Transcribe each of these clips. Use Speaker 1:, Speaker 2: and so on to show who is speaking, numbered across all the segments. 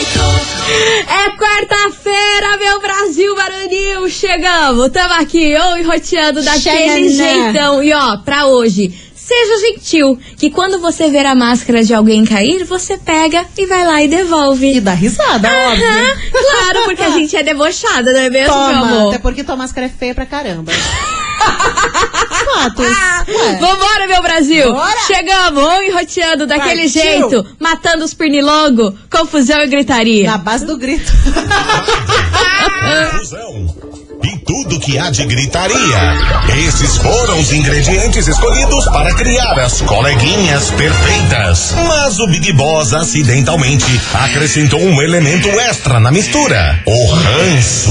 Speaker 1: É quarta-feira, meu Brasil Baranil! Chegamos, tamo aqui, ou enroteando daquele
Speaker 2: Chega, né?
Speaker 1: jeitão. E ó, pra hoje, seja gentil, que quando você ver a máscara de alguém cair, você pega e vai lá e devolve.
Speaker 2: E dá risada,
Speaker 1: Aham,
Speaker 2: óbvio.
Speaker 1: claro, porque a gente é debochada, não é mesmo, meu
Speaker 2: né? Toma,
Speaker 1: amor?
Speaker 2: até porque tua máscara é feia pra caramba.
Speaker 1: Ah,
Speaker 2: Fatos. Ué.
Speaker 1: Vambora, meu Brasil!
Speaker 2: Bora!
Speaker 1: Chegamos, ou enroteando daquele
Speaker 2: Partiu!
Speaker 1: jeito, matando os pernilongo, confusão e gritaria.
Speaker 2: Na base do grito.
Speaker 3: confusão e tudo que há de gritaria. Esses foram os ingredientes escolhidos para criar as coleguinhas perfeitas. Mas o Big Boss acidentalmente acrescentou um elemento extra na mistura: o ranço.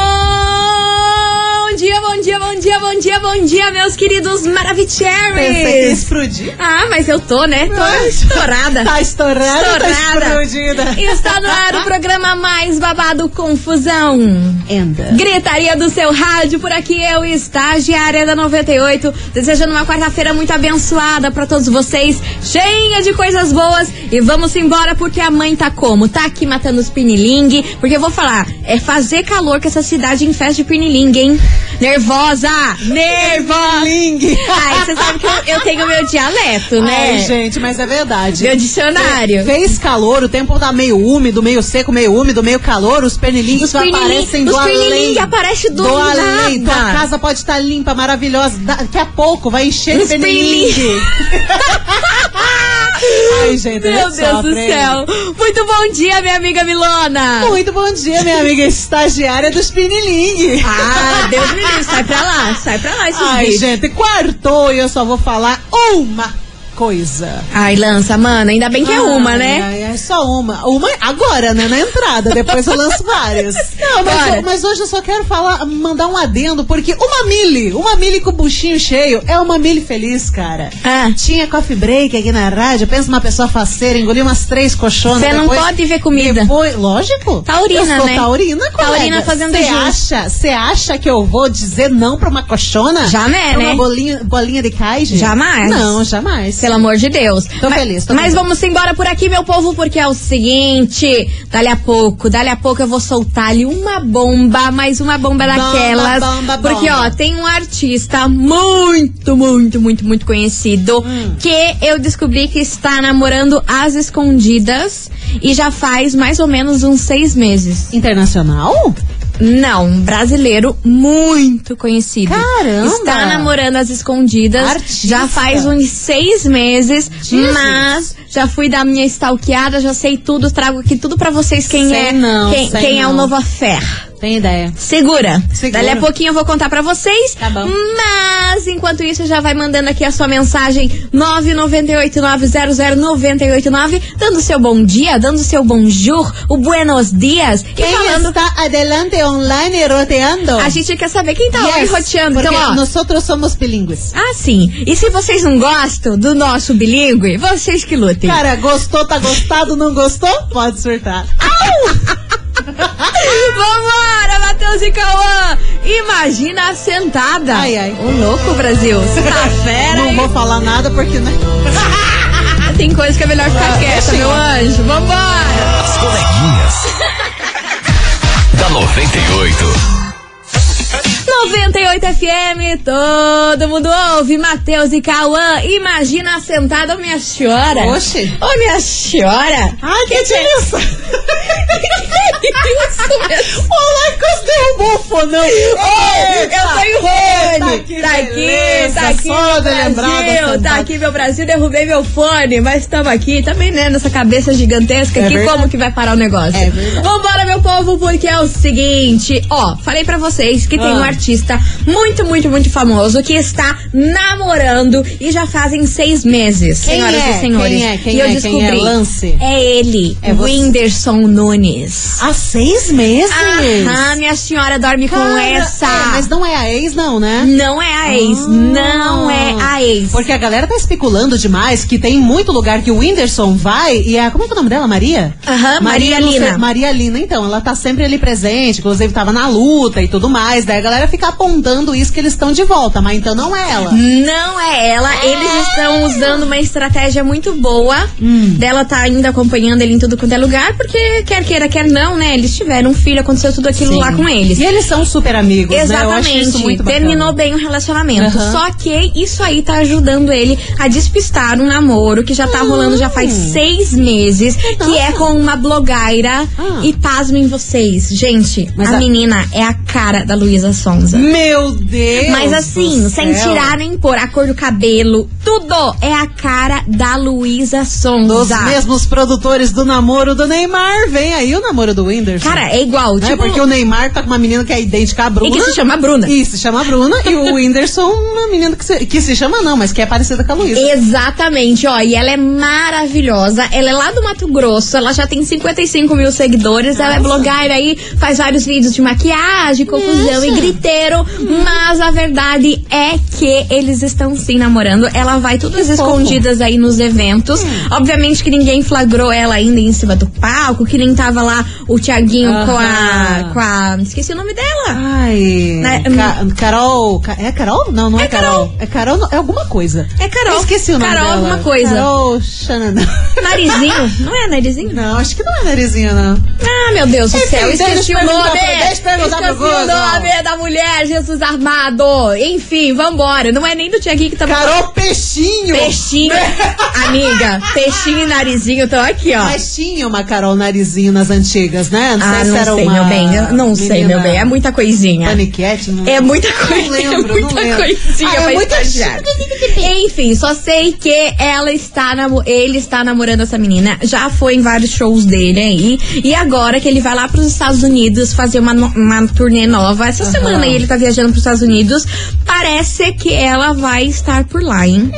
Speaker 1: Bom dia, bom dia, bom dia, bom dia, bom dia, meus queridos
Speaker 2: Pensei que ia
Speaker 1: Maravicheris!
Speaker 2: explodir.
Speaker 1: Ah, mas eu tô, né? Tô
Speaker 2: Ai.
Speaker 1: estourada.
Speaker 2: Tá estourada, tá
Speaker 1: Estourada.
Speaker 2: explodida.
Speaker 1: Está no ar o programa mais babado Confusão.
Speaker 2: Enda.
Speaker 1: Gritaria do seu rádio, por aqui eu, estagiária da 98, desejando uma quarta-feira muito abençoada pra todos vocês, cheia de coisas boas. E vamos embora porque a mãe tá como? Tá aqui matando os pinilingue, porque eu vou falar, é fazer calor que essa cidade infesta de pinilingue, hein? Nervosa! Nervosa!
Speaker 2: Ling.
Speaker 1: Ai, você sabe que eu, eu tenho meu dialeto, né?
Speaker 2: Ai, gente, mas é verdade.
Speaker 1: Meu dicionário.
Speaker 2: Fez calor, o tempo tá meio úmido, meio seco, meio úmido, meio calor, os pernilinhos
Speaker 1: Os pernilinhos-
Speaker 2: aparecem do
Speaker 1: os
Speaker 2: além.
Speaker 1: pernilinhos aparecem do
Speaker 2: além.
Speaker 1: nada.
Speaker 2: Tua casa pode estar limpa, maravilhosa, da- daqui a pouco vai encher de
Speaker 1: Os
Speaker 2: pernilingue. Ai, gente,
Speaker 1: Meu Deus do céu! Muito bom dia, minha amiga Milona!
Speaker 2: Muito bom dia, minha amiga estagiária dos pernilingue.
Speaker 1: Ah, Deus me livre, sai pra lá, sai pra lá esses
Speaker 2: Ai,
Speaker 1: bichos.
Speaker 2: gente, quartou e eu só vou falar uma coisa.
Speaker 1: Ai, lança, mano, ainda bem que é uma,
Speaker 2: Ai,
Speaker 1: né?
Speaker 2: ai, ai, só uma. Uma agora, né? Na entrada. Depois eu lanço várias. Não, mas,
Speaker 1: Bora.
Speaker 2: eu- mas hoje eu só quero falar, mandar um adendo, porque uma mili, uma mili com o buchinho cheio, é uma mili feliz, cara.
Speaker 1: Ah.
Speaker 2: Tinha coffee break aqui na rádio, pensa numa pessoa faceira, engoliu umas três coxonas.
Speaker 1: Você não
Speaker 2: depois-
Speaker 1: pode ver comida.
Speaker 2: Depois, lógico.
Speaker 1: Taurina,
Speaker 2: eu sou
Speaker 1: né?
Speaker 2: taurina, colega.
Speaker 1: Taurina fazendo
Speaker 2: Cê
Speaker 1: jus.
Speaker 2: acha, Você acha que eu vou dizer não pra uma coxona?
Speaker 1: Jamais,
Speaker 2: Pra Uma
Speaker 1: né?
Speaker 2: bolinha, bolinha de caixa?
Speaker 1: Jamais.
Speaker 2: Não, jamais.
Speaker 1: Pelo amor de Deus.
Speaker 2: Tô
Speaker 1: mas,
Speaker 2: feliz, tô
Speaker 1: mas
Speaker 2: feliz.
Speaker 1: vamos embora por aqui, meu povo, porque é o seguinte: dali a pouco, dali a pouco eu vou soltar ali uma bomba, mais uma bomba daquelas.
Speaker 2: bomba, bomba.
Speaker 1: porque, ó, tem um artista muito, muito, muito, muito conhecido
Speaker 2: Hum.
Speaker 1: que eu descobri que está namorando às escondidas e já faz mais ou menos uns seis meses.
Speaker 2: Internacional?
Speaker 1: Não, um brasileiro muito conhecido.
Speaker 2: Caramba!
Speaker 1: Está namorando às escondidas.
Speaker 2: Artista!
Speaker 1: Já faz uns seis meses,
Speaker 2: Jesus!
Speaker 1: mas já fui da minha stalkeada, já sei tudo, trago aqui tudo pra vocês quem
Speaker 2: Sei
Speaker 1: é
Speaker 2: não,
Speaker 1: quem,
Speaker 2: sei
Speaker 1: quem é o
Speaker 2: não.
Speaker 1: Nova Fé.
Speaker 2: Tem ideia.
Speaker 1: Segura.
Speaker 2: Segura.
Speaker 1: Dali a pouquinho eu vou contar pra vocês.
Speaker 2: Tá bom.
Speaker 1: Mas, enquanto isso, já vai mandando aqui a sua mensagem 998900989, dando seu bom dia, dando seu bonjour, o buenos dias e
Speaker 2: Quem
Speaker 1: falando
Speaker 2: está adelante online roteando?
Speaker 1: a gente quer saber quem tá
Speaker 2: Yes,
Speaker 1: yes, roteando.
Speaker 2: porque
Speaker 1: Então, ó.
Speaker 2: nós outros somos bilíngues.
Speaker 1: Ah, sim. E se vocês não gostam do nosso bilíngue, vocês que lutem.
Speaker 2: Cara, gostou, tá gostado, não gostou? Pode surtar.
Speaker 1: Ah, Vambora, Matheus e Cauã! Imagina a sentada.
Speaker 2: Ai, ai.
Speaker 1: Ô, louco, Brasil. Você tá fera,
Speaker 2: não
Speaker 1: hein?
Speaker 2: vou falar nada porque né?
Speaker 1: Tem coisa que é melhor
Speaker 2: Ah,
Speaker 1: ficar quieta, meu anjo. Vambora!
Speaker 4: As coleguinhas. da 98.
Speaker 1: 98 FM, todo mundo ouve. Matheus e Cauã, imagina a sentada, ô, minha senhora.
Speaker 2: Oxe.
Speaker 1: Ô, minha senhora.
Speaker 2: Ai, que delícia!
Speaker 1: isso,
Speaker 2: Olá, que derrubou o fonão.
Speaker 1: Eu tenho
Speaker 2: Tá
Speaker 1: fone!
Speaker 2: aqui,
Speaker 1: Tá aqui,
Speaker 2: beleza.
Speaker 1: tá aqui,
Speaker 2: Só
Speaker 1: meu
Speaker 2: de lembrar da
Speaker 1: Brasil! Tá
Speaker 2: sentada.
Speaker 1: aqui, meu Brasil, derrubei meu fone, mas estamos aqui também, né? Nessa cabeça gigantesca
Speaker 2: É
Speaker 1: aqui,
Speaker 2: verdade.
Speaker 1: como que vai parar o negócio?
Speaker 2: É verdade.
Speaker 1: Vambora, meu povo, porque é o seguinte: ó, falei pra vocês que tem
Speaker 2: Ah.
Speaker 1: um artista muito, muito, muito famoso que está namorando e já fazem seis meses,
Speaker 2: Quem
Speaker 1: senhoras
Speaker 2: é?
Speaker 1: e senhores.
Speaker 2: Quem é? Quem
Speaker 1: e eu
Speaker 2: é? Quem é?
Speaker 1: descobri.
Speaker 2: Lance?
Speaker 1: É ele,
Speaker 2: É
Speaker 1: o
Speaker 2: você.
Speaker 1: Whindersson Nunes.
Speaker 2: Ah, seis meses?
Speaker 1: Ah, minha senhora dorme com
Speaker 2: Cara,
Speaker 1: essa.
Speaker 2: é, mas não é a ex, não, né?
Speaker 1: Não é a ex, não é a ex.
Speaker 2: Ah. Porque a galera tá especulando demais que tem muito lugar que o Whindersson vai e a. Como é que é o nome dela? Maria?
Speaker 1: Aham, Maria
Speaker 2: Lúcia-
Speaker 1: Lina.
Speaker 2: Maria Lina, então. Ela tá sempre ali presente, inclusive tava na luta e tudo mais. Daí a galera fica apontando isso que eles estão de volta, mas então não é ela.
Speaker 1: Não é ela.
Speaker 2: Ah.
Speaker 1: Eles estão usando uma estratégia muito boa.
Speaker 2: Hum.
Speaker 1: Dela tá ainda acompanhando ele em tudo quanto é lugar, porque quer queira, quer não, né? Eles tiveram um filho, aconteceu tudo aquilo
Speaker 2: Sim.
Speaker 1: lá tá com eles.
Speaker 2: E eles são super amigos, né? Eu acho
Speaker 1: Exatamente.
Speaker 2: isso muito bacana.
Speaker 1: Terminou bem o relacionamento.
Speaker 2: Aham.
Speaker 1: Só que isso aí tá ajudando ele a despistar um namoro que já tá rolando já faz seis meses, que é com uma blogueira.
Speaker 2: Ah.
Speaker 1: E pasmem vocês, gente,
Speaker 2: Mas
Speaker 1: a,
Speaker 2: a-
Speaker 1: menina é a cara da Luísa Sonza.
Speaker 2: Meu Deus!
Speaker 1: Mas assim,
Speaker 2: do
Speaker 1: sem
Speaker 2: céu.
Speaker 1: tirar nem pôr a cor do cabelo, tudo é a cara da Luísa
Speaker 2: Dos
Speaker 1: Sonza.
Speaker 2: mesmos produtores do namoro do Neymar, vem aí o namoro do Whindersson.
Speaker 1: Cara, é igual,
Speaker 2: Né?
Speaker 1: tipo,
Speaker 2: Porque o Neymar tá com uma menina que é idêntica à Bruna.
Speaker 1: E que se chama Bruna.
Speaker 2: E se chama Bruna. e o Whindersson, uma menina que se, que se chama não, mas que é parecida com a Luísa.
Speaker 1: Exatamente, ó, e ela é maravilhosa. Ela é lá do Mato Grosso, ela já tem 55 mil seguidores. Ela é blogueira aí, faz vários vídeos de maquiagem, confusão e griteiro. Mas a verdade é que eles estão sim namorando. Ela vai todas
Speaker 2: fofo. Hum.
Speaker 1: escondidas aí nos eventos. Obviamente que ninguém flagrou ela ainda em cima do palco, que nem tava lá o Tiaguinho com a.
Speaker 2: Aham.
Speaker 1: com a. Esqueci o nome dela.
Speaker 2: Ai.
Speaker 1: Na-
Speaker 2: Ca- Carol. Ca- É Carol? Não, não é,
Speaker 1: Né, É Carol.
Speaker 2: Carol. É Carol, não- é alguma coisa.
Speaker 1: É Carol.
Speaker 2: Eu esqueci o nome
Speaker 1: Carol
Speaker 2: dela.
Speaker 1: alguma coisa.
Speaker 2: Carol Xanana.
Speaker 1: Narizinho? Não é narizinho?
Speaker 2: Não, acho que não é narizinho, não.
Speaker 1: Ah, meu Deus do
Speaker 2: Enfim,
Speaker 1: céu,
Speaker 2: deixa
Speaker 1: esqueci
Speaker 2: eu
Speaker 1: o
Speaker 2: perguntar
Speaker 1: nome!
Speaker 2: pra- deixa eu perguntar pro
Speaker 1: esqueci o
Speaker 2: Google.
Speaker 1: nome da mulher, Jesus Armado! Enfim, vambora, não é nem do Tiaguinho que tá...
Speaker 2: Carol Peixinho.
Speaker 1: Peixinho, amiga, peixinho e narizinho estão aqui, ó.
Speaker 2: Mas tinha uma Carol Narizinho nas antigas, né? Não
Speaker 1: ah,
Speaker 2: sei se
Speaker 1: não
Speaker 2: era
Speaker 1: sei,
Speaker 2: uma
Speaker 1: meu bem, eu não sei, meu
Speaker 2: menina
Speaker 1: bem, é muita coisinha.
Speaker 2: Paniquete, não
Speaker 1: É muita coisa,
Speaker 2: Não lembro,
Speaker 1: é muita
Speaker 2: não lembro.
Speaker 1: coisinha
Speaker 2: Ah, é
Speaker 1: pra
Speaker 2: muita
Speaker 1: estagiar. Enfim, só sei que ela está namo- ele está namorando essa menina. Já foi em vários shows dele aí. E agora que ele vai lá pros Estados Unidos fazer uma, no- uma turnê nova. Essa semana aí ele tá viajando pros Estados Unidos. Parece que ela vai estar por lá, hein?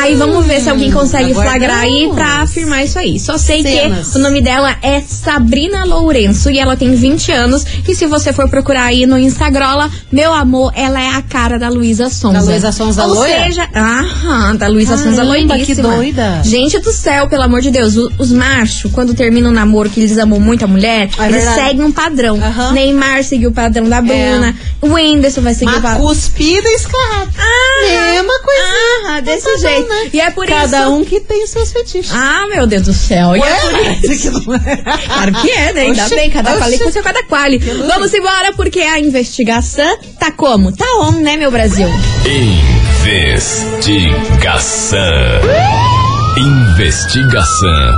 Speaker 1: Aí vamos ver se alguém consegue
Speaker 2: Hum. aguardamos.
Speaker 1: flagrar aí pra afirmar isso aí. Só sei
Speaker 2: Cenas.
Speaker 1: que o nome dela é Sabrina Lourenço e ela tem 20 anos. E se você for procurar aí no Instagram, meu amor, ela é a cara da Luísa Sonza.
Speaker 2: Da Tá, Luísa Sonza
Speaker 1: Ou
Speaker 2: loira?
Speaker 1: seja, aham, da Luísa Sonza
Speaker 2: Caramba,
Speaker 1: loiríssima.
Speaker 2: que doida.
Speaker 1: Gente do céu, pelo amor de Deus, o- os machos, quando terminam o namoro, que eles amam muito a mulher,
Speaker 2: É
Speaker 1: eles
Speaker 2: verdade.
Speaker 1: seguem um padrão.
Speaker 2: Aham. É.
Speaker 1: Neymar seguiu o padrão da Bruna, o Whindersson vai seguir o
Speaker 2: Uma
Speaker 1: padrão.
Speaker 2: cuspida esclata.
Speaker 1: Ah,
Speaker 2: Mesma É coisa. assim,
Speaker 1: Ah, desse jeito. E é por
Speaker 2: Cada
Speaker 1: isso.
Speaker 2: um que tem os seus fetiches.
Speaker 1: Ah, meu Deus do céu. E é por
Speaker 2: mas que não é.
Speaker 1: Claro que é, né? Ainda
Speaker 2: Oxi,
Speaker 1: bem, cada
Speaker 2: oxi.
Speaker 1: quali com seu cada quali. Vamos embora, porque a investigação tá como? Tá on, né, meu Brasil?
Speaker 4: Investigação. Investigação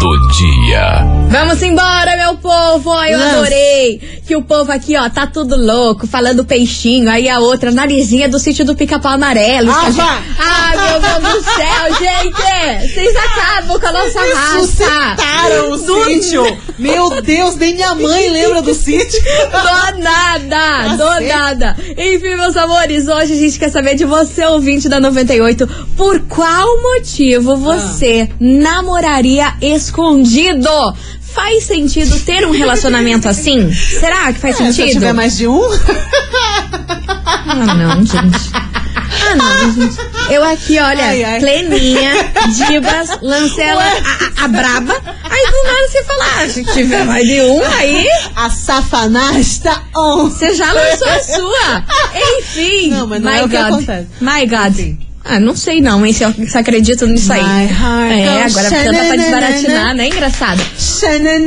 Speaker 4: do dia.
Speaker 1: Vamos embora, meu povo! Ai, eu
Speaker 2: Lance.
Speaker 1: adorei! Que o povo aqui, ó, tá tudo louco, falando peixinho, aí a outra, narizinha do sítio do pica-pau amarelo.
Speaker 2: Ah,
Speaker 1: Que a gente-
Speaker 2: vá.
Speaker 1: Ah, meu Deus do céu, gente!
Speaker 2: Tá
Speaker 1: Vocês acabam com a nossa raça!
Speaker 2: Ressuscitaram o sítio. Meu Deus, nem minha mãe lembra do sítio.
Speaker 1: Do nada, do
Speaker 2: Cacete.
Speaker 1: nada. Enfim, meus amores, hoje a gente quer saber de você, ouvinte da 98, por qual motivo
Speaker 2: Ah.
Speaker 1: você namoraria escondido? Faz sentido ter um relacionamento assim? Será que faz
Speaker 2: É, Se eu
Speaker 1: sentido?
Speaker 2: tiver mais de um,
Speaker 1: Ah, não, gente. Ah, não, gente. Eu aqui, olha,
Speaker 2: Ai, ai.
Speaker 1: pleninha, divas, lancela, a, a- a braba. Aí do nada você fala, ah, se tiver mais de um, aí
Speaker 2: a safanasta on.
Speaker 1: Você já lançou a sua. Enfim.
Speaker 2: Não, mas não
Speaker 1: my
Speaker 2: é o
Speaker 1: God.
Speaker 2: que acontece.
Speaker 1: My God. Ah, não sei não, hein? Se eu se acredito nisso aí.
Speaker 2: My heart
Speaker 1: É,
Speaker 2: goes
Speaker 1: agora canta pra
Speaker 2: shananana.
Speaker 1: desbaratinar, né? Engraçado.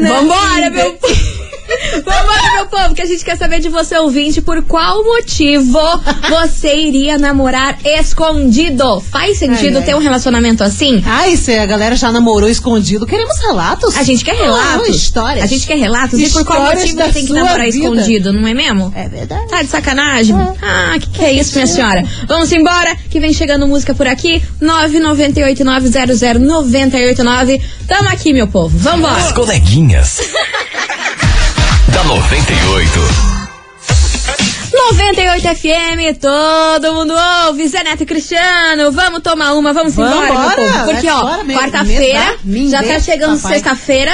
Speaker 1: Vambora, meu povo! Vambora, meu povo, que a gente quer saber de você, ouvinte, por qual motivo você iria namorar escondido? Faz sentido
Speaker 2: Ai, ai.
Speaker 1: ter um relacionamento assim?
Speaker 2: Ai, se a galera já namorou escondido, queremos relatos.
Speaker 1: A gente quer
Speaker 2: Ah,
Speaker 1: relatos.
Speaker 2: histórias.
Speaker 1: A gente quer relatos. E por qual
Speaker 2: Histórias
Speaker 1: motivo
Speaker 2: da
Speaker 1: você tem que
Speaker 2: sua
Speaker 1: namorar
Speaker 2: vida.
Speaker 1: escondido, não é mesmo?
Speaker 2: É verdade.
Speaker 1: Tá de sacanagem? Ah, que que é isso, minha senhora? Vamos embora, que vem chegando música por aqui. 998900989. Tamo aqui, meu povo.
Speaker 4: As
Speaker 1: Vambora.
Speaker 4: coleguinhas. da 98.
Speaker 1: 98 FM, todo mundo ouve. Zé Neto e Cristiano, vamos tomar uma, vamos embora, meu
Speaker 2: Vambora,
Speaker 1: povo. Porque,
Speaker 2: vai
Speaker 1: ó,
Speaker 2: embora É mesmo,
Speaker 1: quarta-feira,
Speaker 2: mesmo, tá?
Speaker 1: já tá
Speaker 2: Ninguém,
Speaker 1: chegando
Speaker 2: papai.
Speaker 1: sexta-feira.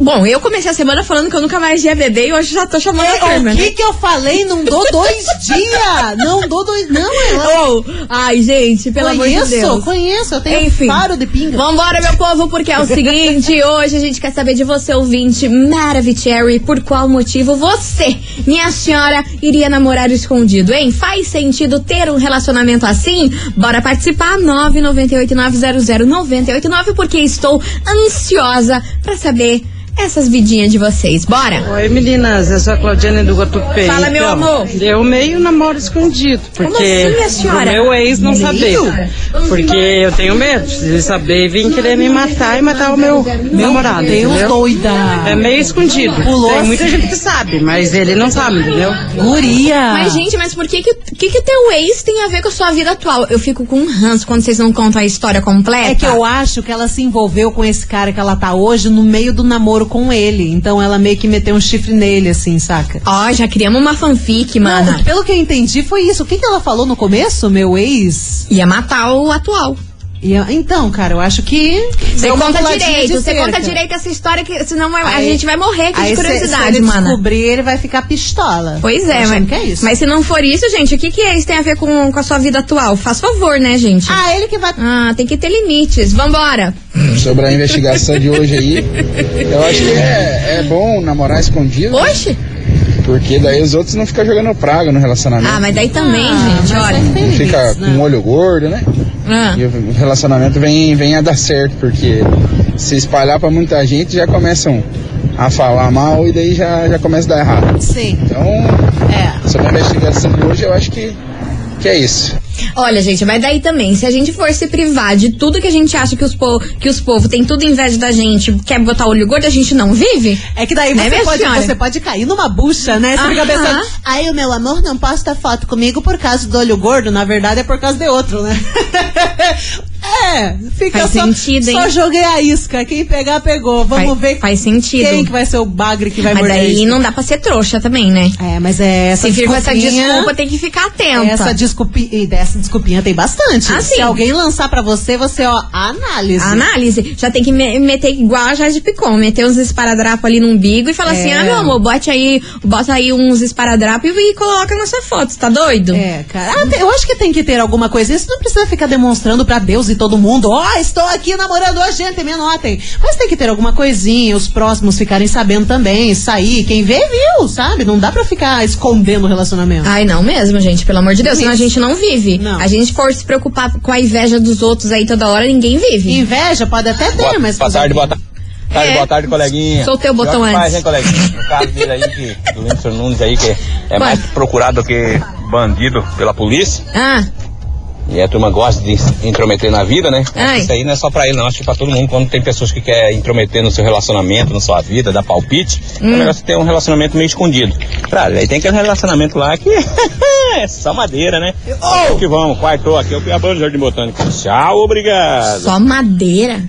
Speaker 1: Bom, eu comecei a semana falando que eu nunca mais ia beber e hoje já tô chamando a
Speaker 2: O
Speaker 1: Kerman.
Speaker 2: que que eu falei? Não dou dois dias! Não dou dois... Não, ela...
Speaker 1: Oh, ai, gente, pelo amor
Speaker 2: conheço,
Speaker 1: de Deus.
Speaker 2: conheço. Eu tenho
Speaker 1: Enfim.
Speaker 2: um faro de pinga.
Speaker 1: Vambora, meu povo, porque é o seguinte: hoje a gente quer saber de você, ouvinte Maravicherry, por qual motivo você, minha senhora, iria namorar escondido, hein? Faz sentido ter um relacionamento assim? Bora participar, 998-900-989, porque estou ansiosa pra saber essas vidinhas de vocês. Bora!
Speaker 5: Oi meninas, eu sou a Claudiane do Guatupê. Então,
Speaker 1: Fala, meu amor.
Speaker 5: Eu meio namoro escondido, porque
Speaker 1: assim, minha senhora?
Speaker 5: o meu ex não saber. Porque eu tenho medo de ele saber e vir querer me matar e matar o meu, namorado.
Speaker 2: Deus
Speaker 5: entendeu?
Speaker 2: doida.
Speaker 5: É meio escondido.
Speaker 2: Pulou
Speaker 5: Tem muita
Speaker 2: assim.
Speaker 5: gente que sabe, mas ele não sabe, entendeu?
Speaker 2: Guria.
Speaker 1: Mas, gente, mas por que que, que que teu ex tem a ver com a sua vida atual? Eu fico com um ranço quando vocês não contam a história completa.
Speaker 2: É que eu acho que ela se envolveu com esse cara que ela tá hoje no meio do namoro com ele. Então ela meio que meteu um chifre nele, assim, saca?
Speaker 1: Ó, já criamos uma fanfic, mana.
Speaker 2: Não, pelo que eu entendi, foi isso. O que, que ela falou no começo, meu ex?
Speaker 1: Ia matar o atual.
Speaker 2: E eu- então, cara, eu acho que.
Speaker 1: Você
Speaker 2: deu uma
Speaker 1: conta
Speaker 2: puladinha
Speaker 1: direito,
Speaker 2: de
Speaker 1: você
Speaker 2: cerca.
Speaker 1: conta direito essa história, que senão vai- a
Speaker 2: Aí-
Speaker 1: gente vai morrer aqui
Speaker 2: aí
Speaker 1: de
Speaker 2: se-
Speaker 1: curiosidade,
Speaker 2: se ele
Speaker 1: mana.
Speaker 2: descobrir, ele vai ficar pistola.
Speaker 1: Pois é,
Speaker 2: Achando
Speaker 1: mas,
Speaker 2: que é isso.
Speaker 1: mas se não for isso, gente, o que, que isso tem a ver com, com a sua vida atual? Faz favor, né, gente?
Speaker 2: Ah, ele que vai.
Speaker 1: Ah, tem que ter limites. Vambora.
Speaker 6: sobre a investigação de hoje aí. Eu acho que é, é bom namorar escondido,
Speaker 1: Oxe!
Speaker 6: porque daí os outros não ficam jogando praga no relacionamento.
Speaker 1: Ah, mas daí também, gente,
Speaker 2: mas é
Speaker 1: olha.
Speaker 2: infeliz,
Speaker 6: Fica
Speaker 2: né?
Speaker 6: com o olho gordo, né?
Speaker 1: Ah.
Speaker 6: E o relacionamento vem, vem a dar certo, porque se espalhar pra muita gente já começam a falar mal e daí já, já começa a dar errado.
Speaker 2: Sim,
Speaker 6: Então,
Speaker 2: é.
Speaker 6: sobre a investigação de hoje, eu acho que, que é isso.
Speaker 1: Olha, gente, mas daí também, se a gente for se privar de tudo que a gente acha que os, po que os povo tem tudo inveja da gente, quer botar olho gordo, a gente não vive?
Speaker 2: É que daí
Speaker 1: Né,
Speaker 2: você,
Speaker 1: minha
Speaker 2: pode,
Speaker 1: senhora?
Speaker 2: você pode cair numa bucha, né? Você fica
Speaker 1: Aham.
Speaker 2: pensando, ai, o meu amor não posta foto comigo por causa do olho gordo, na verdade é por causa de outro, né? é, fica
Speaker 1: Faz
Speaker 2: só,
Speaker 1: sentido, hein?
Speaker 2: só joguei a isca, quem pegar, pegou. Vamos
Speaker 1: Faz-
Speaker 2: ver
Speaker 1: faz sentido.
Speaker 2: quem que vai ser o bagre que vai
Speaker 1: mas
Speaker 2: morrer. a
Speaker 1: daí
Speaker 2: isca.
Speaker 1: não dá pra ser trouxa também, né?
Speaker 2: É, mas é essa
Speaker 1: Se vir com essa
Speaker 2: desculpinha-
Speaker 1: desculpa, tem que ficar atenta.
Speaker 2: Essa desculpinha, e dessa desculpinha tem bastante.
Speaker 1: Ah, sim.
Speaker 2: Se alguém lançar pra você, você, ó, análise.
Speaker 1: Análise. Já tem que me- meter igual a Jade Picon, meter uns esparadrapos ali no umbigo e falar assim:
Speaker 2: É.
Speaker 1: ah, meu amor, bote aí, bota aí uns esparadrapos e, e coloca na sua foto, tá doido?
Speaker 2: É, cara. Ah, te- eu acho que tem que ter alguma coisa. Isso não precisa ficar demonstrando pra Deus e todo mundo. Ó, estou aqui namorando a gente, me anotem. Mas tem que ter alguma coisinha, os próximos ficarem sabendo também, sair. Quem vê, viu, sabe? Não dá pra ficar escondendo o relacionamento.
Speaker 1: Ai, não mesmo, gente, pelo amor de Deus, senão a
Speaker 2: Isso.
Speaker 1: gente não vive.
Speaker 2: Não.
Speaker 1: A gente for se preocupar com a inveja dos outros aí toda hora, ninguém vive.
Speaker 2: Inveja pode até ter,
Speaker 7: Boa,
Speaker 2: mas.
Speaker 7: boa tarde, boa tarde.
Speaker 1: É.
Speaker 7: boa tarde, coleguinha.
Speaker 1: Soltei o botão
Speaker 7: Pior que Faz,
Speaker 1: antes.
Speaker 7: hein, coleguinha? O caso dele aí, que, do Whindersson Nunes aí, que é mais
Speaker 1: Vai.
Speaker 7: procurado que bandido pela polícia.
Speaker 1: Ah,
Speaker 7: E a turma gosta de se intrometer na vida, né? Acho que
Speaker 1: Ai.
Speaker 7: Isso aí não é só pra ele, não. Acho que pra todo mundo, quando tem pessoas que querem intrometer no seu relacionamento, na sua vida, dar palpite, é
Speaker 1: Hum.
Speaker 7: melhor você ter um relacionamento meio escondido. Cara, aí tem aquele relacionamento lá que é só madeira, né?
Speaker 1: Oh!
Speaker 7: Vamos Que vamos, quartou aqui, eu fui a do Jardim Botânico. Tchau, obrigado.
Speaker 1: só madeira.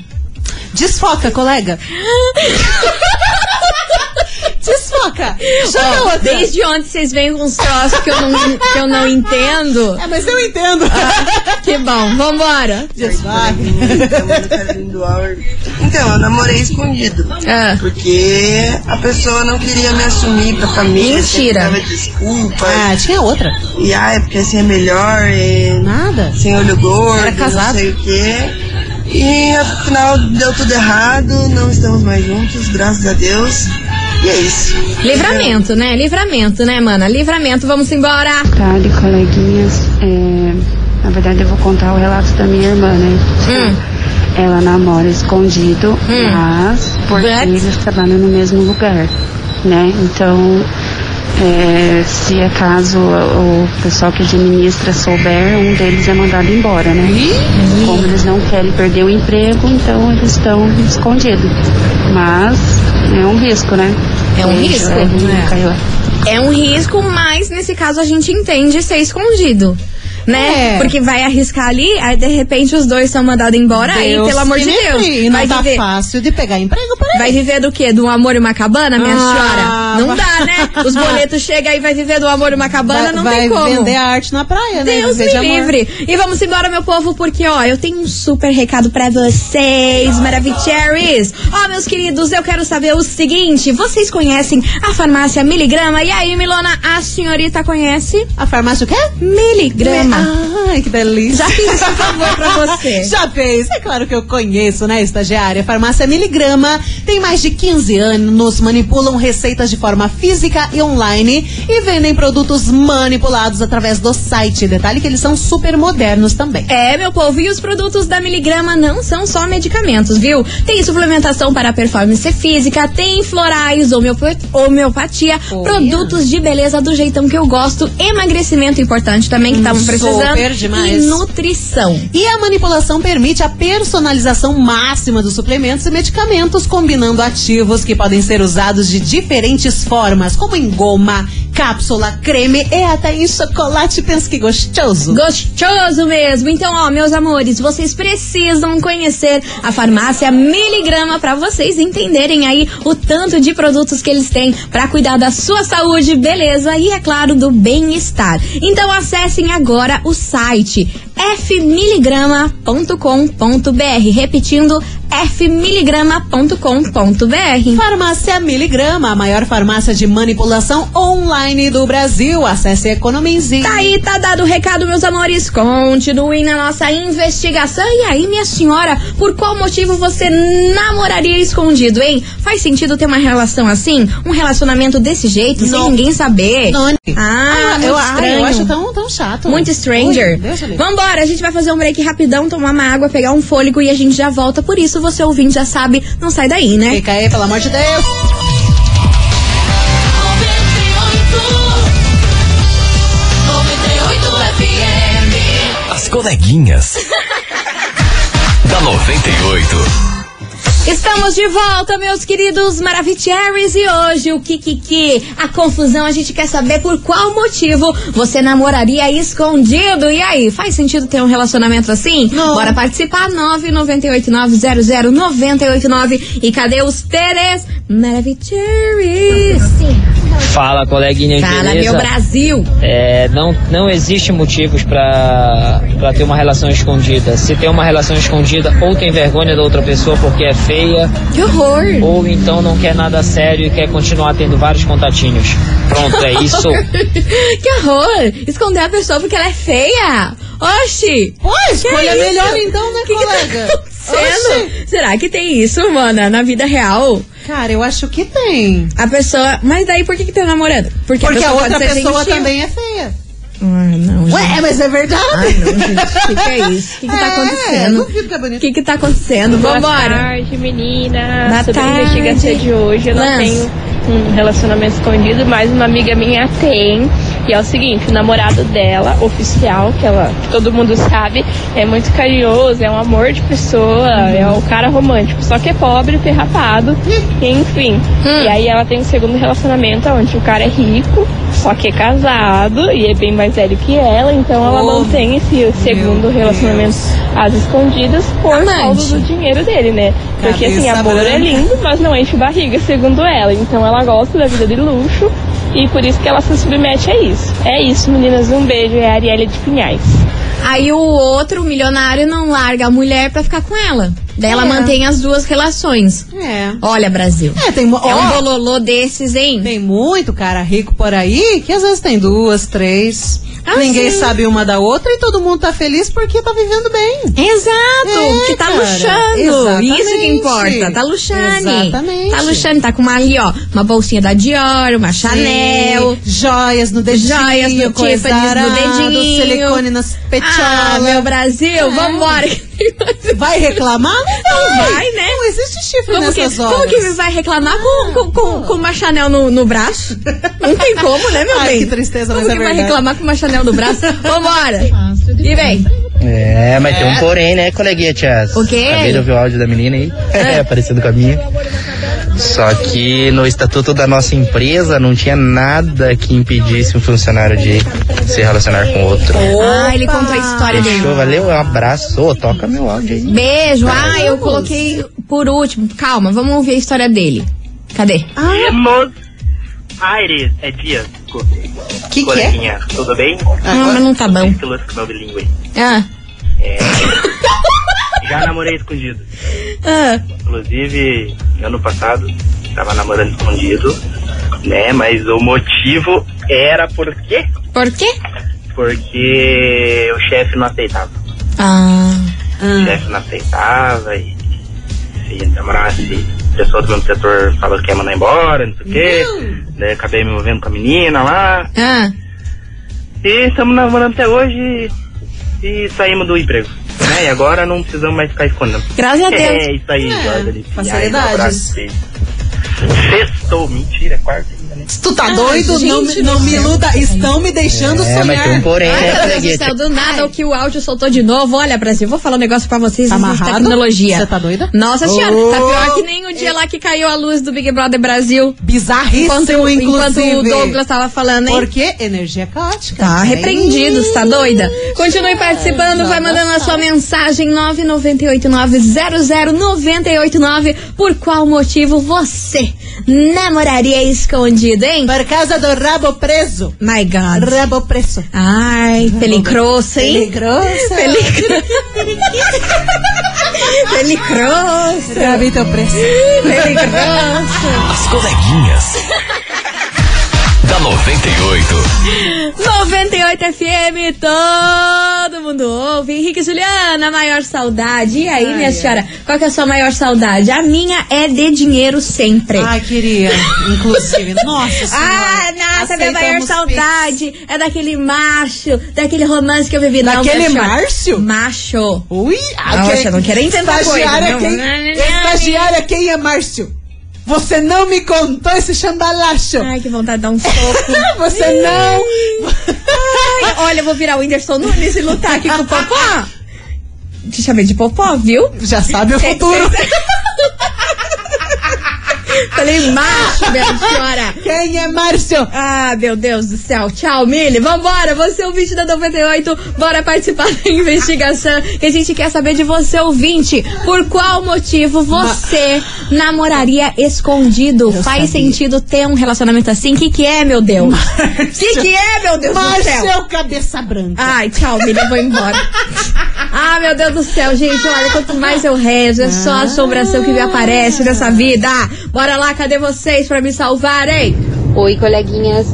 Speaker 2: Desfoca, colega. Desfoca. Joga
Speaker 1: Ó,
Speaker 2: outra.
Speaker 1: desde ontem vocês vêm com uns troços que eu não, que eu não entendo.
Speaker 2: É, mas eu entendo.
Speaker 1: Que bom, vambora.
Speaker 2: Desfoca.
Speaker 8: Tá Então, eu namorei escondido.
Speaker 1: Ah.
Speaker 8: Porque a pessoa não queria me assumir pra família.
Speaker 1: Mentira.
Speaker 8: sempre dava desculpa.
Speaker 2: Ah, tinha outra.
Speaker 8: E ai, porque assim é melhor. e
Speaker 2: Nada.
Speaker 8: sem olho gordo,
Speaker 2: Era casado.
Speaker 8: não sei o quê. E afinal deu tudo errado, não estamos mais juntos, graças a Deus. E é isso.
Speaker 1: Livramento, né? Livramento, né, mana? Livramento, vamos embora.
Speaker 9: tarde, coleguinhas. É, na verdade, eu vou contar o relato da minha irmã, né?
Speaker 1: Hum.
Speaker 9: Ela namora escondido,
Speaker 1: Hum.
Speaker 9: mas porque
Speaker 1: But-
Speaker 9: eles trabalham no mesmo lugar, né? Então, é, se acaso o pessoal que administra souber, um deles é mandado embora, né? Como eles não querem perder o emprego, então eles estão escondidos. Mas é um risco, né?
Speaker 1: É um
Speaker 9: Beijo,
Speaker 1: risco,
Speaker 9: Evelyn
Speaker 1: né?
Speaker 9: Caioa.
Speaker 1: É um risco, mas nesse caso a gente entende ser escondido. Né?
Speaker 2: É.
Speaker 1: Porque vai arriscar ali, aí de repente os dois são mandados embora, aí,
Speaker 2: Deus
Speaker 1: pelo amor
Speaker 2: que
Speaker 1: de
Speaker 2: me
Speaker 1: Deus.
Speaker 2: livre. E não
Speaker 1: vai
Speaker 2: tá
Speaker 1: viver.
Speaker 2: fácil de pegar emprego para
Speaker 1: Vai viver do quê? Do amor e uma cabana, minha
Speaker 2: Ah,
Speaker 1: senhora? Não dá, né? Os boletos chegam e vai viver do amor e uma cabana,
Speaker 2: Vai,
Speaker 1: não
Speaker 2: vai
Speaker 1: tem como.
Speaker 2: vender a arte na praia, né?
Speaker 1: Deus
Speaker 2: Viver
Speaker 1: me
Speaker 2: de amor.
Speaker 1: livre. E vamos embora, meu povo, porque, ó, eu tenho um super recado pra vocês, Maravicheries. Ó, meus queridos, eu quero saber o seguinte: vocês conhecem a farmácia Miligrama? E aí, Milona, a senhorita conhece?
Speaker 2: A farmácia o quê?
Speaker 1: Miligrama.
Speaker 2: Ai, que delícia.
Speaker 1: Já fiz esse favor pra você.
Speaker 2: Já fez, é claro que eu conheço, né, estagiária? Farmácia Miligrama tem mais de 15 anos, manipulam receitas de forma física e online e vendem produtos manipulados através do site. Detalhe que eles são super modernos também.
Speaker 1: É, meu povo, e os produtos da Miligrama não são só medicamentos, viu? Tem suplementação para performance física, tem florais, homeopa- homeopatia,
Speaker 2: Oh,
Speaker 1: produtos de beleza do jeitão que eu gosto, emagrecimento importante também que estavam precisando
Speaker 2: super demais.
Speaker 1: e nutrição.
Speaker 2: E a manipulação permite a personalização máxima dos suplementos e medicamentos, combinando ativos que podem ser usados de diferentes formas, como em goma, cápsula, creme e até em chocolate. Pensa que gostoso.
Speaker 1: Gostoso mesmo. Então, ó, meus amores, vocês precisam conhecer a farmácia Miligrama pra vocês entenderem aí o tanto de produtos que eles têm pra cuidar da sua saúde, beleza e, é claro, do bem-estar. Então, acessem agora o site fmiligrama.com.br. Repetindo, fmiligrama.com.br.
Speaker 2: Farmácia Miligrama, a maior farmácia de manipulação online do Brasil. Acesse Economize.
Speaker 1: Tá aí, tá dado o recado, meus amores. Continuem na nossa investigação. E aí, minha senhora, por qual motivo você namoraria escondido, hein? Faz sentido ter uma relação assim? Um relacionamento desse jeito, sem
Speaker 2: Não.
Speaker 1: ninguém saber?
Speaker 2: Noni.
Speaker 1: Ah, muito
Speaker 2: eu, ah,
Speaker 1: estranho.
Speaker 2: eu acho tão, tão chato.
Speaker 1: Muito
Speaker 2: Ui,
Speaker 1: stranger.
Speaker 2: Deus me livre.
Speaker 1: Vambora, a gente vai fazer um break rapidão, tomar uma água, pegar um fôlego e a gente já volta. Por isso, você ouvinte já sabe, não sai daí, né?
Speaker 2: Fica aí, pelo amor de Deus.
Speaker 4: As coleguinhas. da 98.
Speaker 1: Estamos de volta, meus queridos Maravicheries, e hoje o Kikiki, a confusão, a gente quer saber por qual motivo você namoraria escondido. E aí, faz sentido ter um relacionamento assim?
Speaker 2: Não.
Speaker 1: Bora participar, 998900989. E cadê os Teres Maravicheries?
Speaker 5: Fala, coleguinha
Speaker 1: Fala, meu Brasil!
Speaker 5: É, não, não existe motivos pra pra ter uma relação escondida. Se tem uma relação escondida, ou tem vergonha da outra pessoa porque é feia,
Speaker 1: Que horror!
Speaker 5: ou então não quer nada sério e quer continuar tendo vários contatinhos. Pronto, é isso.
Speaker 1: que horror! Esconder a pessoa porque ela é feia! Oxi!
Speaker 2: Pô, escolha
Speaker 1: isso?
Speaker 2: melhor então, né,
Speaker 1: que que tá
Speaker 2: colega?
Speaker 1: acontecendo?
Speaker 2: Oxi.
Speaker 1: Será que tem isso, mana, na vida real?
Speaker 2: Cara, eu acho que tem.
Speaker 1: A pessoa. Mas daí por que, que tá namorando?
Speaker 2: Porque a
Speaker 1: pessoa
Speaker 2: outra
Speaker 1: pode ser
Speaker 2: pessoa
Speaker 1: gentil.
Speaker 2: também é feia.
Speaker 1: Ai, não, gente.
Speaker 2: Ué, mas é verdade.
Speaker 1: Ai, não, gente. O que, que é isso? O que, que tá
Speaker 2: É,
Speaker 1: acontecendo?
Speaker 2: duvido que é bonito.
Speaker 1: O que, que tá acontecendo? Vambora!
Speaker 10: tarde, meninas.
Speaker 1: Boa
Speaker 10: Sobre
Speaker 1: tarde.
Speaker 10: a investigação de hoje, eu não
Speaker 1: Lance.
Speaker 10: tenho um relacionamento escondido, mas uma amiga minha tem. E é o seguinte, o namorado dela, oficial, que ela que todo mundo sabe, é muito carinhoso, é um amor de pessoa, é um cara romântico, só que é pobre, ferrapado, enfim.
Speaker 1: Hum.
Speaker 10: E aí ela tem um segundo relacionamento onde o cara é rico, só que é casado e é bem mais velho que ela, então ela
Speaker 2: Oh,
Speaker 10: mantém esse segundo relacionamento às escondidas por
Speaker 1: Amante.
Speaker 10: causa do dinheiro dele, né? Porque assim,
Speaker 2: Cabeça
Speaker 10: amor
Speaker 2: branca.
Speaker 10: é lindo, mas não enche barriga, segundo ela. Então ela gosta da vida de luxo e por isso que ela se submete a isso. É isso, meninas. Um beijo. É a Arielle de Pinhais.
Speaker 1: Aí o outro, o milionário, não larga a mulher pra ficar com ela. Daí ela mantém as duas relações.
Speaker 2: É.
Speaker 1: Olha, Brasil.
Speaker 2: É, tem,
Speaker 1: É um
Speaker 2: ó,
Speaker 1: bololô desses, hein?
Speaker 2: tem muito cara rico por aí que às vezes tem duas, três.
Speaker 1: Ah,
Speaker 2: Ninguém
Speaker 1: sim.
Speaker 2: sabe uma da outra e todo mundo tá feliz porque tá vivendo bem.
Speaker 1: Exato,
Speaker 2: É,
Speaker 1: que tá
Speaker 2: cara,
Speaker 1: luxando.
Speaker 2: exatamente.
Speaker 1: Isso que importa. Tá luxando.
Speaker 2: Exatamente.
Speaker 1: Tá luxando, tá com uma ali, ó, uma bolsinha da Dior, uma Chanel.
Speaker 2: Sim, Joias no dedinho.
Speaker 1: Joias no
Speaker 2: coisa
Speaker 1: Tiffany's no
Speaker 2: arado,
Speaker 1: dedinho.
Speaker 2: Silicone nas
Speaker 1: Ah,
Speaker 2: petiolas.
Speaker 1: meu Brasil,
Speaker 2: É.
Speaker 1: vambora.
Speaker 2: Vai reclamar? Não
Speaker 1: Não vai, né?
Speaker 2: Não existe chifre
Speaker 1: Como que,
Speaker 2: nessas horas. Ah,
Speaker 1: como que vai reclamar com, com, com, com uma Chanel no, no braço? Não tem como, né, meu
Speaker 2: Ai,
Speaker 1: bem?
Speaker 2: que tristeza,
Speaker 1: Como
Speaker 2: mas é
Speaker 1: que vai
Speaker 2: verdade.
Speaker 1: reclamar com uma Chanel no braço? Vambora. E vem.
Speaker 11: É, mas tem um porém, né, coleguinha Tchas?
Speaker 1: O quê? Ah.
Speaker 11: Acabei de ouvir o áudio da menina aí, é. parecido com a minha. Só que no estatuto da nossa empresa não tinha nada que impedisse um funcionário de se relacionar com outro.
Speaker 1: Ah, ele contou a história dele.
Speaker 2: Tá
Speaker 11: Fechou, valeu, um abraço, Ô, toca meu áudio aí.
Speaker 1: Beijo. Ah, eu coloquei por último. Calma, vamos ouvir a história dele. Cadê?
Speaker 2: Ah,
Speaker 12: Buenos Aires é dia. Co-
Speaker 1: que é?
Speaker 12: Coleguinha, tudo bem?
Speaker 1: Ah, mas não tá bom.
Speaker 12: Silas, meu bilíngue.
Speaker 1: Ah,
Speaker 12: Já namorei escondido.
Speaker 1: ah,
Speaker 12: Inclusive, ano passado, tava namorando escondido, né? Mas o motivo era por quê?
Speaker 1: por quê?
Speaker 12: Porque o chefe não aceitava.
Speaker 1: Ah.
Speaker 12: O chefe não aceitava e se namorasse pessoa do mesmo setor falou que é ia mandar embora, não sei o quê. Daí acabei me envolvendo com a menina lá.
Speaker 1: Ah.
Speaker 12: E estamos namorando até hoje e saímos do emprego. Né? E agora não precisamos mais ficar escondendo.
Speaker 1: Graças a Deus.
Speaker 12: É isso aí,
Speaker 1: É,
Speaker 12: Jordan.
Speaker 1: facilidades.
Speaker 12: Sextou, mentira, é quarta ainda, né?
Speaker 2: Tu tá
Speaker 1: Ai,
Speaker 2: doido?
Speaker 1: Ah, gente
Speaker 2: não, me- não me iluda. Estão me deixando
Speaker 12: É,
Speaker 2: sonhar.
Speaker 12: mas tem um porém,
Speaker 1: Ai, meu Deus do céu, do nada o que o áudio soltou de novo. Olha, Brasil, vou falar um negócio pra vocês.
Speaker 2: Tá
Speaker 1: vocês de
Speaker 2: amarrado?
Speaker 1: Tecnologia.
Speaker 2: Você tá doida?
Speaker 1: Nossa senhora,
Speaker 2: Oh.
Speaker 1: tá pior que nem o dia lá que caiu a luz do Big Brother Brasil.
Speaker 2: Bizarríssimo,
Speaker 1: enquanto,
Speaker 2: inclusive.
Speaker 1: Enquanto o Douglas tava falando, hein?
Speaker 2: Porque energia caótica.
Speaker 1: Tá
Speaker 2: né?
Speaker 1: repreendido, você tá doida? Continue participando, vai mandando a sua mensagem 998900989. Por qual motivo você namoraria escondido, hein?
Speaker 2: Por causa do rabo preso.
Speaker 1: My God.
Speaker 2: Rabo preso.
Speaker 1: Ai, pelicroça, hein?
Speaker 2: Peligrosa.
Speaker 1: Pelicroça. Pelicroça.
Speaker 2: Rabito preso.
Speaker 1: Pelicroça.
Speaker 4: As coleguinhas. da 98.
Speaker 1: 98 FM, todo mundo ouve. Henrique e Juliana, maior saudade. E aí, minha senhora, qual que é a sua maior saudade? A minha é de dinheiro sempre.
Speaker 2: Ai, queria. Inclusive. Nossa senhora.
Speaker 1: Ah, nossa, minha maior
Speaker 2: Aceitamos
Speaker 1: saudade é daquele macho, daquele romance que eu vivi. Não,
Speaker 2: Daquele
Speaker 1: minha senhora.
Speaker 2: Márcio?
Speaker 1: Macho.
Speaker 2: Ui,
Speaker 1: Ah, Nossa, eu não quero inventar
Speaker 2: estagiária
Speaker 1: coisa,
Speaker 2: quem,
Speaker 1: não.
Speaker 2: Estagiária, quem é Márcio? Você não me contou esse chambalacho.
Speaker 1: Ai, que vontade de dar um soco.
Speaker 2: Você não.
Speaker 1: Ai, olha, eu vou virar o Whindersson Nunes e lutar aqui com o Popó. Te chamei de Popó, viu?
Speaker 2: Já sabe o
Speaker 1: Sei-
Speaker 2: futuro.
Speaker 1: sei- Falei macho, minha senhora.
Speaker 2: Quem é Márcio?
Speaker 1: Ah, meu Deus do céu. Tchau, Mili. Vambora, você é o ouvinte da 98. Bora participar da investigação. Que a gente quer saber de você, ouvinte. Por qual motivo você namoraria escondido? Faz sentido ter um relacionamento assim? O que, que é, meu Deus? O que, que é, meu Deus do
Speaker 2: Márcio
Speaker 1: céu?
Speaker 2: é o cabeça branca.
Speaker 1: Ai, tchau, Miriam, vou embora. Ah, meu Deus do céu, gente, olha, quanto mais eu rezo, é só a assombração que me aparece nessa vida. Bora lá, cadê vocês pra me salvarem?
Speaker 13: Oi, coleguinhas.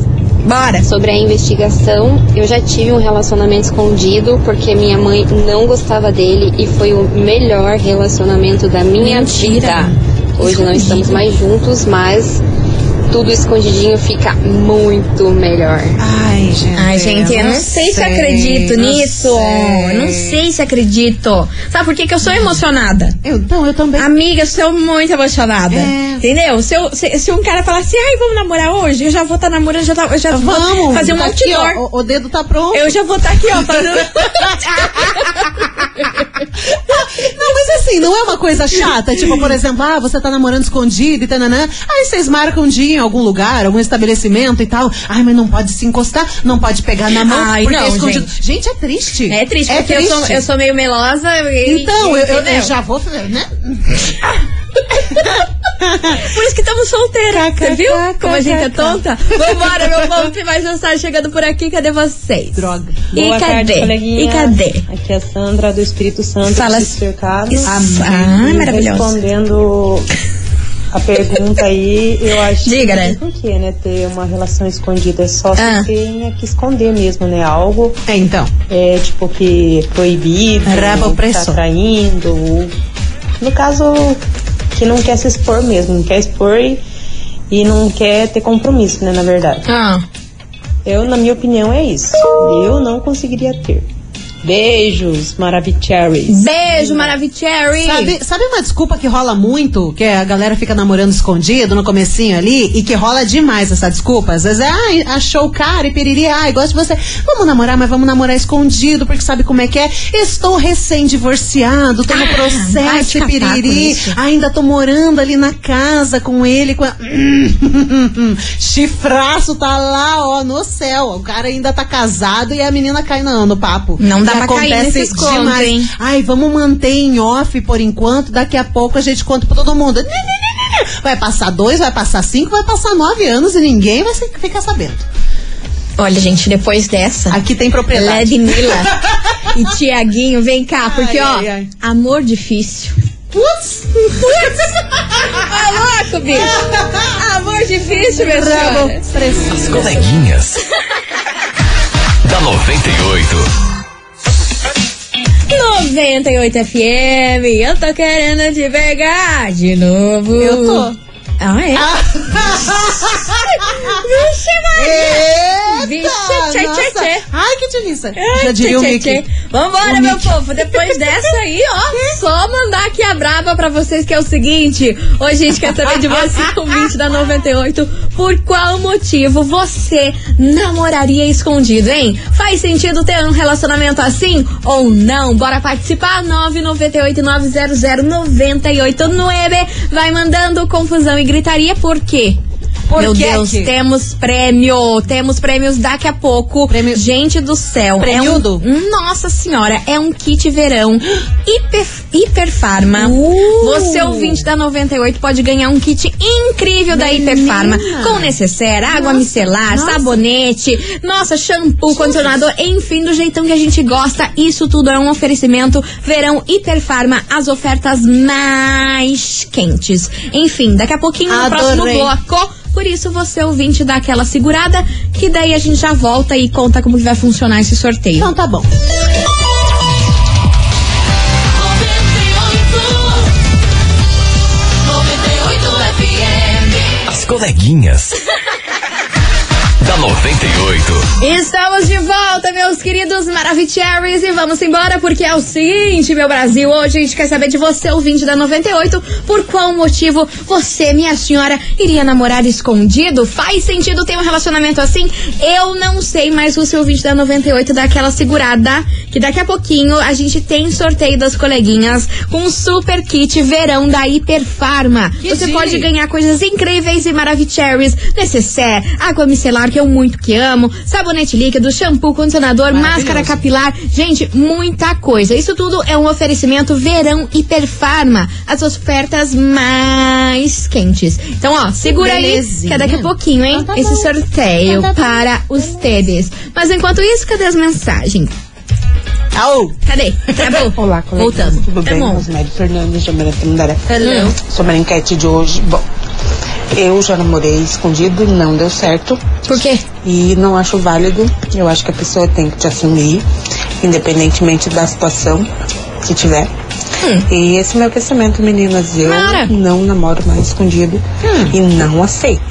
Speaker 1: Bora.
Speaker 13: Sobre a investigação, eu já tive um relacionamento escondido porque minha mãe não gostava dele e foi o melhor relacionamento da minha vida. Hoje não estamos mais juntos, mas tudo escondidinho fica muito melhor.
Speaker 2: Ai, gente.
Speaker 1: Ai, gente, eu não sei, se acredito nisso. Eu não sei se acredito. Sabe por que, que eu sou emocionada?
Speaker 2: Eu, então, eu também.
Speaker 1: Amiga, eu sou muito emocionada.
Speaker 2: É.
Speaker 1: Entendeu? Se, eu- se- se um cara falar assim, ai, vamos namorar hoje, eu já vou estar namorando, já, tá- eu já vou
Speaker 2: Vamos.
Speaker 1: fazer um
Speaker 2: tá aqui,
Speaker 1: outdoor.
Speaker 2: ó, o, o dedo tá pronto.
Speaker 1: Eu já vou estar aqui, ó, tá fazendo.
Speaker 2: Não, mas assim, não é uma coisa chata. Tipo, por exemplo, ah, você tá namorando escondido e tananã. Aí vocês marcam um dia em algum lugar, algum estabelecimento e tal. Ai, mas não pode se encostar, não pode pegar na mão,
Speaker 1: Ai,
Speaker 2: porque
Speaker 1: não,
Speaker 2: é escondido. Gente. é triste.
Speaker 1: É triste, porque
Speaker 2: triste.
Speaker 1: Eu, sou, eu sou meio melosa. e-
Speaker 2: Então, eu, eu- eu
Speaker 1: entendeu?
Speaker 2: já vou, né?
Speaker 1: Por isso que estamos solteiras,
Speaker 2: Cá,
Speaker 1: você
Speaker 2: cá,
Speaker 1: viu?
Speaker 2: cá,
Speaker 1: Como
Speaker 2: cá,
Speaker 1: a gente é
Speaker 2: cá.
Speaker 1: tonta. Vambora, meu povo, tem mais mensagem chegando por aqui. Cadê vocês?
Speaker 2: Droga.
Speaker 1: E
Speaker 14: Boa
Speaker 1: cadê?
Speaker 14: tarde, coleguinha.
Speaker 1: E cadê?
Speaker 14: Aqui é a Sandra do Espírito Santo,
Speaker 1: Fala-
Speaker 14: Fala... cercado.
Speaker 1: Isso. Ah,
Speaker 14: E
Speaker 1: maravilhosa.
Speaker 14: Respondendo a pergunta aí, eu acho
Speaker 1: Diga,
Speaker 14: que
Speaker 1: né?
Speaker 14: por que, né, ter uma relação escondida é só
Speaker 1: Ah.
Speaker 14: se tenha que esconder mesmo, né, algo
Speaker 2: É, então.
Speaker 14: é tipo que proibido,
Speaker 2: Rabo
Speaker 14: que tá
Speaker 2: preso.
Speaker 14: traindo, ou, no caso que não quer se expor mesmo, não quer expor e, e não quer ter compromisso, né, na verdade.
Speaker 1: Ah,
Speaker 14: Eu, na minha opinião, é isso. Eu não conseguiria ter. Beijos, Maravicherry.
Speaker 1: beijo, Maravicherry.
Speaker 2: Sabe, sabe uma desculpa que rola muito, que a galera fica namorando escondido no comecinho ali, e que rola demais essa desculpa? Às vezes é, ai, achou o cara e piriri, ai, gosto de você. Vamos namorar, mas vamos namorar escondido, porque sabe como é que é? Estou recém-divorciado, tô no
Speaker 1: Ah, vai te
Speaker 2: processo,
Speaker 1: catar com
Speaker 2: piriri,
Speaker 1: isso.
Speaker 2: ainda tô morando ali na casa com ele, com a... Chifraço tá lá, ó, no céu. O cara ainda tá casado e a menina cai no, no papo.
Speaker 1: Não dá pra cair nesses contos, hein?
Speaker 2: Ai, vamos manter em off por enquanto, daqui a pouco a gente conta pra todo mundo. Né, Vai passar dois, vai passar cinco, vai passar nove anos e ninguém vai se- ficar sabendo.
Speaker 1: Olha, gente, depois dessa.
Speaker 2: Aqui tem propriedade.
Speaker 1: Ledmila e Tiaguinho, vem cá, porque
Speaker 2: Ai,
Speaker 1: ó,
Speaker 2: ai, ai.
Speaker 1: amor difícil.
Speaker 2: Putz!
Speaker 1: Tá louco, bicho? Amor difícil, meu senhor.
Speaker 4: As coleguinhas. da 98.
Speaker 1: 98 FM, eu tô querendo te pegar de novo.
Speaker 2: Eu tô.
Speaker 1: Ah, é? Vixe, Maria! Vixe, tchê, tchê,
Speaker 2: nossa.
Speaker 1: tchê.
Speaker 2: Ai, que delícia.
Speaker 1: Ai,
Speaker 2: Já diria o
Speaker 1: tchê,
Speaker 2: Mickey.
Speaker 1: tchê, tchê. Vambora,
Speaker 2: O
Speaker 1: meu
Speaker 2: Mickey. Hum?
Speaker 1: povo. Depois dessa aí, ó, só mandar aqui a braba pra vocês que é o seguinte. Hoje a gente quer saber de você, ouvinte da 98, por qual motivo você namoraria escondido, hein? Faz sentido ter um relacionamento assim ou não? Bora participar? 998 900 989 Vai mandando confusão e gritaria, por quê?
Speaker 2: Por
Speaker 1: Meu
Speaker 2: que
Speaker 1: Deus,
Speaker 2: que-
Speaker 1: temos prêmio, temos prêmios daqui a pouco. Gente do céu.
Speaker 2: Prêmio-do?
Speaker 1: É um, nossa senhora, é um kit verão hiper, hiperfarma.
Speaker 2: Uh!
Speaker 1: Você ouvinte da 98 pode ganhar um kit incrível da hiperfarma. Com necessaire, água micelar, sabonete, nossa, shampoo, condicionador, enfim, do jeitão que a gente gosta. Isso tudo é um oferecimento verão hiperfarma, as ofertas mais quentes. Enfim, daqui a pouquinho no próximo
Speaker 2: Adorei.
Speaker 1: bloco sacou? Por isso você ouvinte dá aquela segurada, que daí a gente já volta e conta como que vai funcionar esse sorteio. Então
Speaker 2: tá bom.
Speaker 4: As coleguinhas. da 98.
Speaker 1: Estamos de volta, meus queridos Maravicheries, e vamos embora porque é o seguinte, meu Brasil, hoje a gente quer saber de você, ouvinte da 98, por qual motivo você, minha senhora, iria namorar escondido? Faz sentido ter um relacionamento assim? Eu não sei, mas o seu ouvinte da 98 dá aquela segurada, que daqui a pouquinho a gente tem sorteio das coleguinhas com um super kit verão da Hiperfarma. Você
Speaker 2: chique.
Speaker 1: pode ganhar coisas incríveis e maravilhosas. Necessaire, água micelar, que eu muito que amo, sabonete líquido, shampoo, condicionador, máscara capilar. Gente, muita coisa. Isso tudo é um oferecimento verão hiperfarma. As ofertas mais quentes. Então, ó, segura aí,
Speaker 2: Belezinha. Então tá
Speaker 1: que é daqui a pouquinho, hein? Esse sorteio para os TDs. Mas enquanto isso, cadê as mensagens?
Speaker 2: Au!
Speaker 1: Cadê? Travou?
Speaker 8: Olá, colegas.
Speaker 1: Voltamos.
Speaker 8: Tudo
Speaker 1: Tá
Speaker 8: bem?
Speaker 1: bom.
Speaker 8: Rosemary Fernandes, de Amarante Mundaré.
Speaker 1: Hello.
Speaker 8: Sobre a enquete de hoje, bom, eu já namorei escondido, não deu certo.
Speaker 1: Por quê?
Speaker 8: E não acho válido. Eu acho que a pessoa tem que te assumir, independentemente da situação que tiver. E esse é o meu pensamento, meninas. Eu
Speaker 1: Mara.
Speaker 8: não namoro mais escondido e não aceito.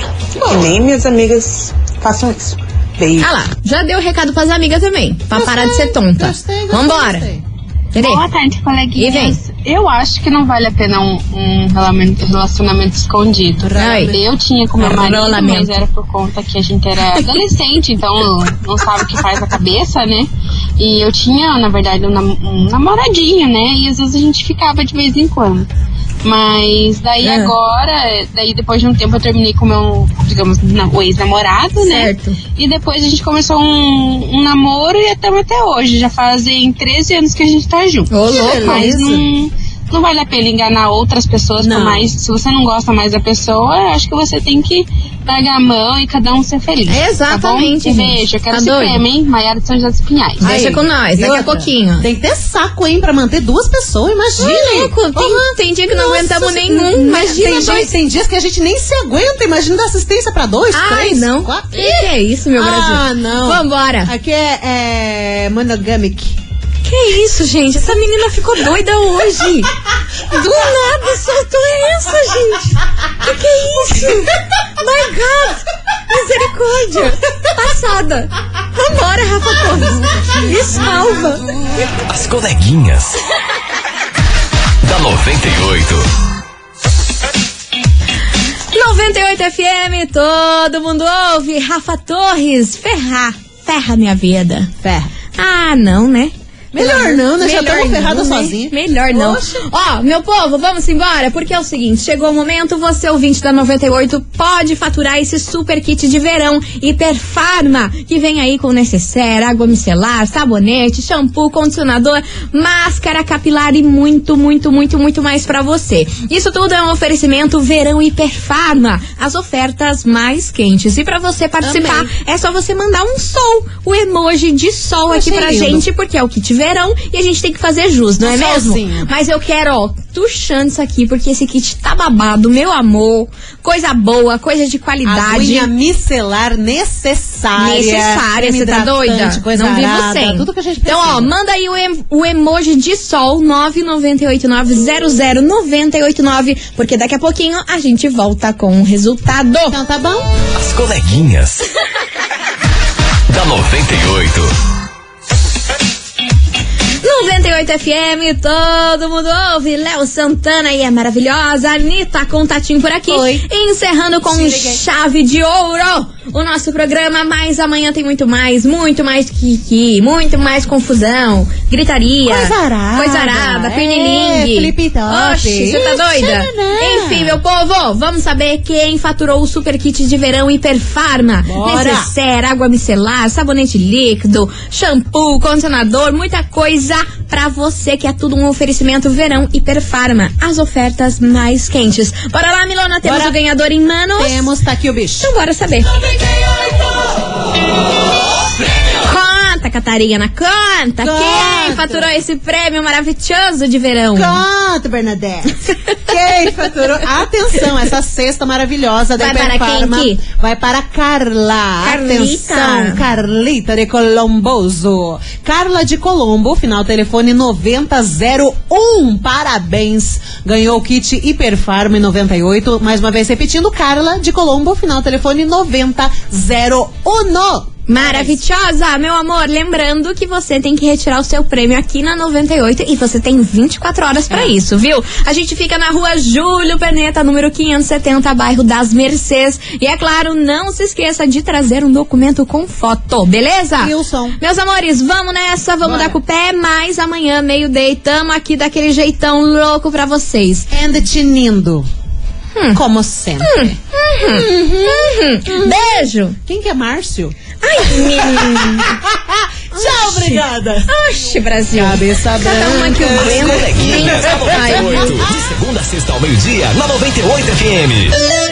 Speaker 8: E nem minhas amigas façam isso. Beijo.
Speaker 1: Ah lá, já deu o recado pras amigas também. Pra parar de ser tonta. Então tá. Vambora. Cadê?
Speaker 10: Boa tarde,
Speaker 1: E vem.
Speaker 10: coleguinhas. Eu acho que não vale a pena um, um relacionamento, relacionamento escondido.
Speaker 1: Ai. É um
Speaker 10: Eu tinha com meu marido, mas
Speaker 1: Rolamento.
Speaker 10: era por conta que a gente era adolescente, então não sabe o que faz a cabeça, né? E eu tinha, na verdade, um, nam- um namoradinho, né? E às vezes a gente ficava de vez em quando. Mas daí
Speaker 15: Ah.
Speaker 10: agora, daí depois de um tempo eu terminei com meu, digamos, na- o ex-namorado, né?
Speaker 1: Certo.
Speaker 10: E depois a gente começou um, um namoro e estamos até hoje. Já fazem 13 anos que a gente tá junto.
Speaker 1: Ô, louco,
Speaker 10: Mas
Speaker 1: isso.
Speaker 10: não, não vale a pena enganar outras pessoas, por mais. Se você não gosta mais da pessoa, eu acho que você tem que pegar a mão e cada um ser feliz.
Speaker 1: Exatamente,
Speaker 10: Tá bom?
Speaker 1: gente.
Speaker 10: E Beijo, eu quero
Speaker 1: Tá
Speaker 10: esse
Speaker 1: doido?
Speaker 10: prêmio, hein? Maiara de São José dos Pinhais.
Speaker 1: Deixa com nós,
Speaker 2: E
Speaker 1: daqui a
Speaker 2: outra,
Speaker 1: pouquinho.
Speaker 2: Tem que ter saco, hein, pra manter duas pessoas, imagina.
Speaker 1: Ô,
Speaker 2: hein?
Speaker 1: louco, tem-
Speaker 2: Porra.
Speaker 1: tem dia que não
Speaker 2: Nossa,
Speaker 1: aguentamos
Speaker 2: se-
Speaker 1: nenhum, imagina
Speaker 2: Tem,
Speaker 1: dois.
Speaker 2: dia, tem dias que a gente nem se aguenta, imagina dar assistência pra dois,
Speaker 1: Ai,
Speaker 2: três,
Speaker 1: não.
Speaker 2: quatro.
Speaker 1: Que que é isso, meu
Speaker 2: ah,
Speaker 1: Brasil?
Speaker 2: não.
Speaker 1: Vambora.
Speaker 2: Aqui é, é monogamic.
Speaker 1: Que isso, gente? Essa menina ficou doida hoje. Do nada soltou essa, gente. Que que é isso? My God. Misericórdia. Passada. Vambora, Rafa Torres. Me salva.
Speaker 4: As coleguinhas. da 98.
Speaker 1: 98 FM, todo mundo ouve. Rafa Torres, ferrar. Ferra minha vida. Ferra. Ah, não, né?
Speaker 2: Melhor não, né? Já tamo ferrada
Speaker 1: não, né?
Speaker 2: sozinha.
Speaker 1: Melhor não. Ó, meu povo, vamos embora? Porque é o seguinte, chegou o momento, você ouvinte da 98 pode faturar esse super kit de verão Hiperfarma, que vem aí com necessaire, água micelar, sabonete, shampoo, condicionador, máscara capilar e muito, muito, muito, muito mais pra você. Isso tudo é um oferecimento Verão Hiperfarma, as ofertas mais quentes. E pra você participar,
Speaker 16: Amei.
Speaker 1: é só você mandar um sol, o emoji de sol Tipo aqui
Speaker 16: achei
Speaker 1: pra
Speaker 16: lindo.
Speaker 1: gente, porque é o kit verão e a gente tem que fazer jus, não é mesmo?
Speaker 2: assim.
Speaker 16: Solzinho.
Speaker 1: Mas eu quero, ó, tuchando isso aqui, porque esse kit tá babado, meu amor. Coisa boa, coisa de
Speaker 2: A
Speaker 1: qualidade.
Speaker 2: unha micelar necessária.
Speaker 1: Necessária,
Speaker 2: Creme
Speaker 1: você tá
Speaker 2: hidratante,
Speaker 1: doida?
Speaker 2: Coisa
Speaker 1: Não vivo
Speaker 2: arada,
Speaker 1: sem.
Speaker 2: Tudo que a gente
Speaker 1: então, ó,
Speaker 2: precisa.
Speaker 1: manda aí o, em- o emoji de sol 998900989, porque daqui a pouquinho a gente volta com o resultado. Então
Speaker 2: tá bom?
Speaker 4: As coleguinhas. da 98.
Speaker 1: 98 FM, todo mundo ouve. Léo Santana e a maravilhosa Anitta Contatinho por aqui. Encerrando com chave de ouro o nosso programa. Mas amanhã tem muito mais, muito mais kiki, muito mais confusão, gritaria.
Speaker 16: Coisa arada.
Speaker 1: Coisa arada,
Speaker 16: É,
Speaker 1: pernilingue.
Speaker 16: flip top.
Speaker 1: Oxi, você tá doida?
Speaker 16: Xananá.
Speaker 1: Enfim, meu povo, vamos saber quem faturou o super kit de verão Hiperfarma.
Speaker 16: Bora.
Speaker 1: Necess- Cera, água micelar, sabonete líquido, shampoo, condicionador, muita coisa pra você que é tudo um oferecimento verão Hiperfarma. As ofertas mais quentes. Bora lá, Milona, temos
Speaker 2: Bora.
Speaker 1: o ganhador em manos.
Speaker 2: Temos, tá aqui o bicho.
Speaker 1: Então bora saber. Conta, Catarina, conta. Quem faturou esse prêmio maravilhoso de verão?
Speaker 2: Conta, Bernadette. Quem faturou? Atenção, essa cesta maravilhosa da
Speaker 1: Vai para
Speaker 2: Hiperfarma
Speaker 1: quem que?
Speaker 2: vai para Carla.
Speaker 1: Carlita.
Speaker 2: Atenção, Carlita de Colomboso. Carla de Colombo, final telefone 9001. Parabéns. Ganhou o kit Hiperfarma em 98. Mais uma vez repetindo, Carla de Colombo, final telefone 9001.
Speaker 1: Maravilhosa, meu amor. Lembrando que você tem que retirar o seu prêmio aqui na 98 e você tem 24 horas pra isso, viu? A gente fica na rua Júlio Perneta, número 570, bairro das Mercês. E é claro, não se esqueça de trazer um documento com foto, beleza?
Speaker 2: E o som.
Speaker 1: Meus amores, vamos nessa, vamos dar com o pé, mas amanhã, meio-day, tamo aqui daquele jeitão louco pra vocês.
Speaker 2: And tinindo.
Speaker 1: Hum.
Speaker 2: Como sempre.
Speaker 1: Uhum. Beijo!
Speaker 2: Quem que é Márcio?
Speaker 1: Ai, menino!
Speaker 2: Tchau, obrigada!
Speaker 1: Oxe, Brasil!
Speaker 2: Cabeça
Speaker 1: Cada uma que eu
Speaker 4: As
Speaker 1: aguento.
Speaker 4: coleguinhas. da
Speaker 1: Ai,
Speaker 4: 98. De segunda a sexta ao meio-dia, na 98 FM.